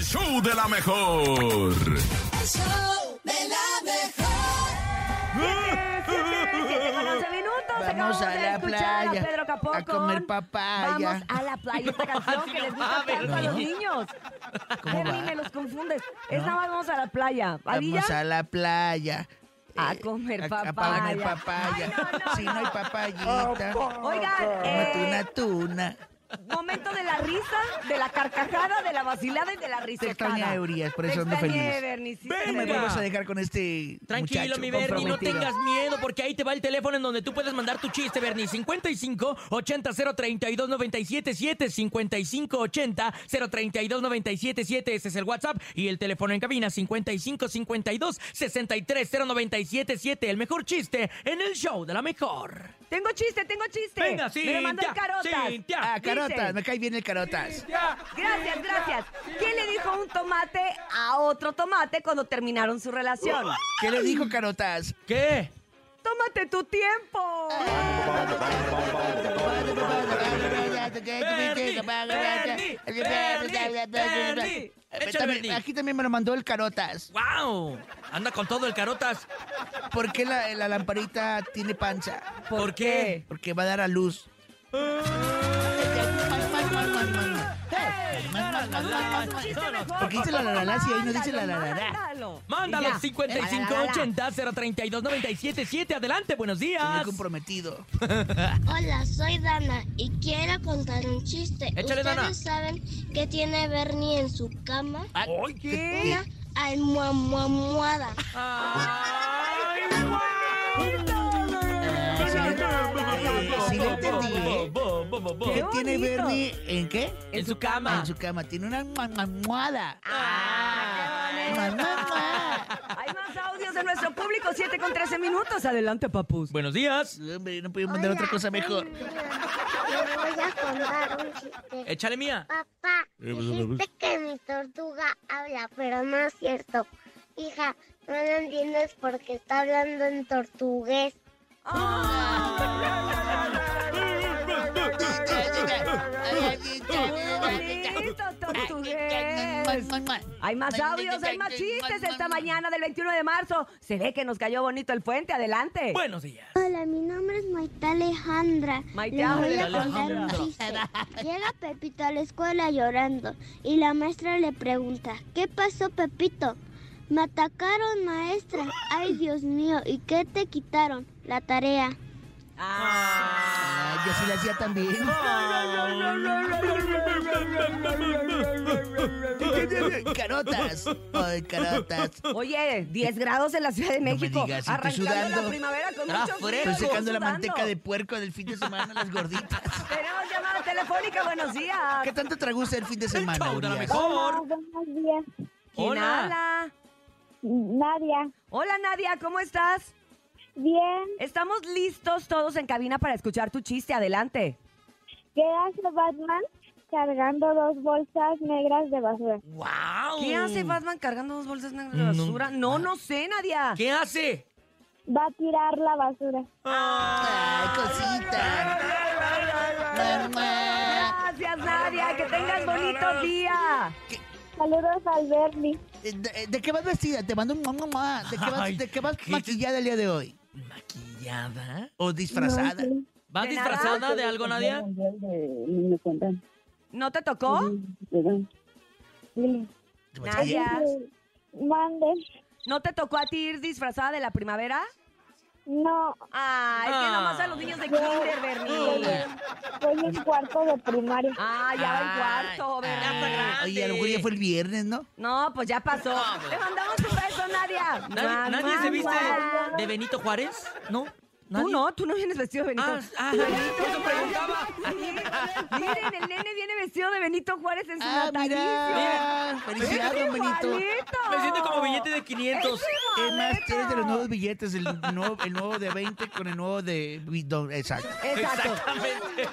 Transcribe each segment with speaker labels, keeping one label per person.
Speaker 1: show de la mejor.
Speaker 2: El show de la mejor.
Speaker 3: 14 minutos.
Speaker 4: Vamos
Speaker 3: acabamos
Speaker 4: a
Speaker 3: de
Speaker 4: la
Speaker 3: escuchar
Speaker 4: playa
Speaker 3: A, Pedro Capó
Speaker 4: a
Speaker 3: con
Speaker 4: comer papaya.
Speaker 3: Vamos a la playa. Esta canción que les gusta tanto a los niños. Terry, me los confundes. Es nada más vamos a la playa. ¿A Villa?
Speaker 4: Vamos a la playa.
Speaker 3: A
Speaker 4: Eh,
Speaker 3: comer
Speaker 4: A, a comer
Speaker 3: papaya.
Speaker 4: papaya.
Speaker 3: Ay, no, no,
Speaker 4: si no, hay
Speaker 3: no.
Speaker 4: papayita.
Speaker 3: Oigan,
Speaker 4: Una
Speaker 3: eh,
Speaker 4: tuna.
Speaker 3: momento de la risa, de la carcajada, de la vacilada y de la risa.
Speaker 4: Te extrañé, Urias, por eso ando feliz. No me
Speaker 5: Venga.
Speaker 4: vuelvas a dejar con este
Speaker 5: Tranquilo,
Speaker 4: muchacho
Speaker 5: mi Bernie, no
Speaker 4: comprometido.
Speaker 5: tengas miedo, porque ahí te va el teléfono en donde tú puedes mandar tu chiste, Bernie. 55 80 032 97 7 55 80 032 97 7 Ese es el WhatsApp y el teléfono en cabina 55 52 63 097 7. El mejor chiste en el show de la mejor.
Speaker 3: Tengo chiste, tengo chiste.
Speaker 5: Venga,
Speaker 3: Me lo mandó el
Speaker 5: Cintia,
Speaker 3: carotas.
Speaker 5: Cintia.
Speaker 4: Ah,
Speaker 3: Dice-
Speaker 4: carotas, me cae bien el
Speaker 3: Gracias,
Speaker 4: carotas.
Speaker 3: gracias. ¿Quién le dijo un tomate a otro tomate cuando terminaron su relación?
Speaker 4: ¿Qué le dijo carotas?
Speaker 5: ¿Qué?
Speaker 3: Tómate tu tiempo.
Speaker 5: Bernie, Bernie, Bernie. Échale,
Speaker 4: También-
Speaker 5: Bernie.
Speaker 4: Aquí también me lo mandó el carotas.
Speaker 5: ¡Wow! Anda con todo el carotas.
Speaker 4: ¿Por qué la, la lamparita tiene panza?
Speaker 5: ¿Por, qué?
Speaker 4: Porque va a dar a luz. ¿Por qué dice la la la la si ahí no dice la la la la?
Speaker 3: Mándalo,
Speaker 5: Mándalo
Speaker 3: Y ya.
Speaker 5: 55 80 032 97 7. Adelante, buenos
Speaker 4: Estoy
Speaker 5: días.
Speaker 4: comprometido.
Speaker 6: Hola, soy Dana y quiero contar un chiste.
Speaker 5: Échale,
Speaker 6: ¿Ustedes
Speaker 5: Dana.
Speaker 6: saben que tiene Bernie en su cama?
Speaker 5: Ay,
Speaker 6: Una almohamuamuada.
Speaker 5: ¡Ay,
Speaker 4: Sí lo entendí, ¿eh?
Speaker 5: Bo, bo, bo, bo.
Speaker 4: ¿Qué tiene
Speaker 3: bonito.
Speaker 4: Bernie en qué?
Speaker 5: En su cama.
Speaker 4: En su cama. Tiene una ma- ma- almohada.
Speaker 3: Ah, qué bonito.
Speaker 4: Mamá.
Speaker 3: Hay más audios de nuestro público, 7 con 13 minutos. Adelante, papus.
Speaker 5: Buenos días.
Speaker 4: Hombre, no puedo mandar otra cosa mejor.
Speaker 6: voy a contar un chiste.
Speaker 5: Échale mía.
Speaker 6: Papá, dijiste que mi tortuga habla, pero no es cierto. Hija, no lo entiendes porque está hablando en tortugués.
Speaker 3: Bonito, tortugués. Hay más audios, hay más chistes esta mañana del 21 de marzo. Se ve que nos cayó bonito el puente. Adelante.
Speaker 5: Buenos días.
Speaker 6: Hola, mi nombre es Maite Alejandra.
Speaker 3: Maite
Speaker 6: Les voy a
Speaker 3: Alejandra.
Speaker 6: contar un chiste. Llega Pepito a la escuela llorando y la maestra le pregunta, ¿qué pasó Pepito? Me atacaron maestra. Ay, Dios mío, ¿y qué te quitaron? La tarea.
Speaker 3: Ah.
Speaker 4: Ah, yo sí la hacía también. Carotas. Ay, carotas.
Speaker 3: Oye, 10 grados en la Ciudad de
Speaker 4: me
Speaker 3: México.
Speaker 4: digas, y tú
Speaker 3: arrancando la
Speaker 4: sudando.
Speaker 3: primavera con
Speaker 5: Ah,
Speaker 3: mucho frío.
Speaker 5: fresco.
Speaker 4: Estoy secando la
Speaker 3: sudando.
Speaker 4: manteca de puerco del fin de semana, las gorditas.
Speaker 3: Tenemos llamada telefónica, buenos días.
Speaker 4: ¿Qué tanto traguste el fin de
Speaker 5: El
Speaker 4: semana,
Speaker 5: show de la
Speaker 4: Urias?
Speaker 5: mejor.
Speaker 6: buenos días.
Speaker 3: ¿Quién
Speaker 5: Hola.
Speaker 3: habla?
Speaker 6: Nadia,
Speaker 3: Hola, Nadia, ¿cómo estás?
Speaker 6: bien,
Speaker 3: Estamos listos todos en cabina para escuchar tu chiste. Adelante.
Speaker 6: ¿qué hace Batman cargando dos bolsas negras de basura?
Speaker 5: ¡Wow!
Speaker 3: ¿Qué hace Batman cargando dos bolsas negras de
Speaker 4: Mm,
Speaker 3: basura? No, no sé, Nadia.
Speaker 5: ¿Qué hace?
Speaker 6: Va a tirar la basura.
Speaker 4: Ay, cosita. Mamá.
Speaker 3: Gracias, Nadia. Que tengas bonito día.
Speaker 6: Saludos al Bernie.
Speaker 4: Eh, ¿De, de qué vas vestida? Te mando un mamá, mamá. ¿De qué vas,
Speaker 5: Ay,
Speaker 4: de qué vas
Speaker 5: ¿qué?
Speaker 4: maquillada el día de hoy?
Speaker 5: ¿Maquillada?
Speaker 4: ¿O disfrazada?
Speaker 5: ¿Vas
Speaker 3: ¿De nada?
Speaker 5: disfrazada de algo, Nadia?
Speaker 3: ¿No te tocó?
Speaker 4: Te maquillé.
Speaker 3: Nadia.
Speaker 6: Mande.
Speaker 3: ¿No te tocó a ti ir disfrazada de la primavera?
Speaker 6: No,
Speaker 3: Ah, es que
Speaker 5: Ah.
Speaker 3: nomás a los niños de kinder,
Speaker 4: Ah.
Speaker 3: Bernie.
Speaker 6: soy en cuarto de primaria.
Speaker 3: Ah, ya va el cuarto,
Speaker 4: Ay,
Speaker 3: Bernie.
Speaker 4: Oye, a lo mejor ya fue el viernes, ¿no?
Speaker 3: No, pues ya pasó. Le mandamos un beso, Nadia. Mua,
Speaker 5: ¿Nadie, nadie
Speaker 3: mua,
Speaker 5: se viste
Speaker 3: mua.
Speaker 5: de Benito Juárez? ¿No?
Speaker 3: Tú
Speaker 5: ¿Nadie?
Speaker 3: no, tú no vienes vestido de Benito.
Speaker 5: Ah, ah, eso preguntaba.
Speaker 3: Miren, el nene viene vestido de Benito Juárez en su
Speaker 4: Ah,
Speaker 3: natalicio.
Speaker 4: mira.
Speaker 3: Es
Speaker 4: Felicidades, don Benito.
Speaker 3: igualito.
Speaker 5: Me siento como billete de 500.
Speaker 4: Es más,
Speaker 3: igualito.
Speaker 4: tienes de los nuevos billetes, el nuevo, el nuevo de 20 con el nuevo de... vi- do- Exacto.
Speaker 3: Exacto.
Speaker 5: Exactamente.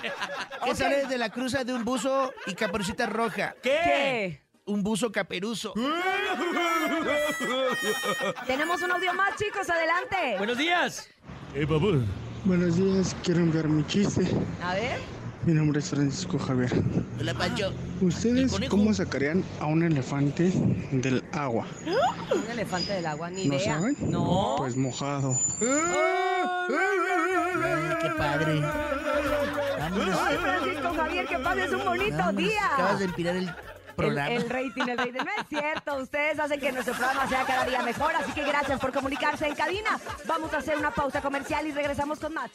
Speaker 4: ¿Qué sale de la cruza de un buzo y caperucita roja?
Speaker 5: ¿Qué?
Speaker 3: ¿Qué?
Speaker 4: Un buzo caperuso.
Speaker 3: Tenemos un audio más, chicos, adelante.
Speaker 5: Buenos días.
Speaker 7: Buenos días, quiero enviar mi chiste.
Speaker 3: A ver.
Speaker 7: Mi nombre es Francisco Javier.
Speaker 4: Hola, Pancho. El
Speaker 7: ¿Ustedes
Speaker 4: conejo.
Speaker 7: cómo sacarían a un elefante del agua?
Speaker 3: Un elefante del agua, ni
Speaker 7: ¿No
Speaker 3: idea.
Speaker 7: saben?
Speaker 3: No.
Speaker 7: Pues mojado.
Speaker 4: Ay, qué padre. Vámonos.
Speaker 3: Ay, Francisco Javier, que pases un bonito
Speaker 4: Vámonos.
Speaker 3: día.
Speaker 4: Acabas de empirar el
Speaker 3: El,
Speaker 4: programa.
Speaker 3: el rating, el rating. No es cierto, ustedes hacen que nuestro programa sea cada día mejor, así que gracias por comunicarse en cabina. Vamos a hacer una pausa comercial y regresamos con más.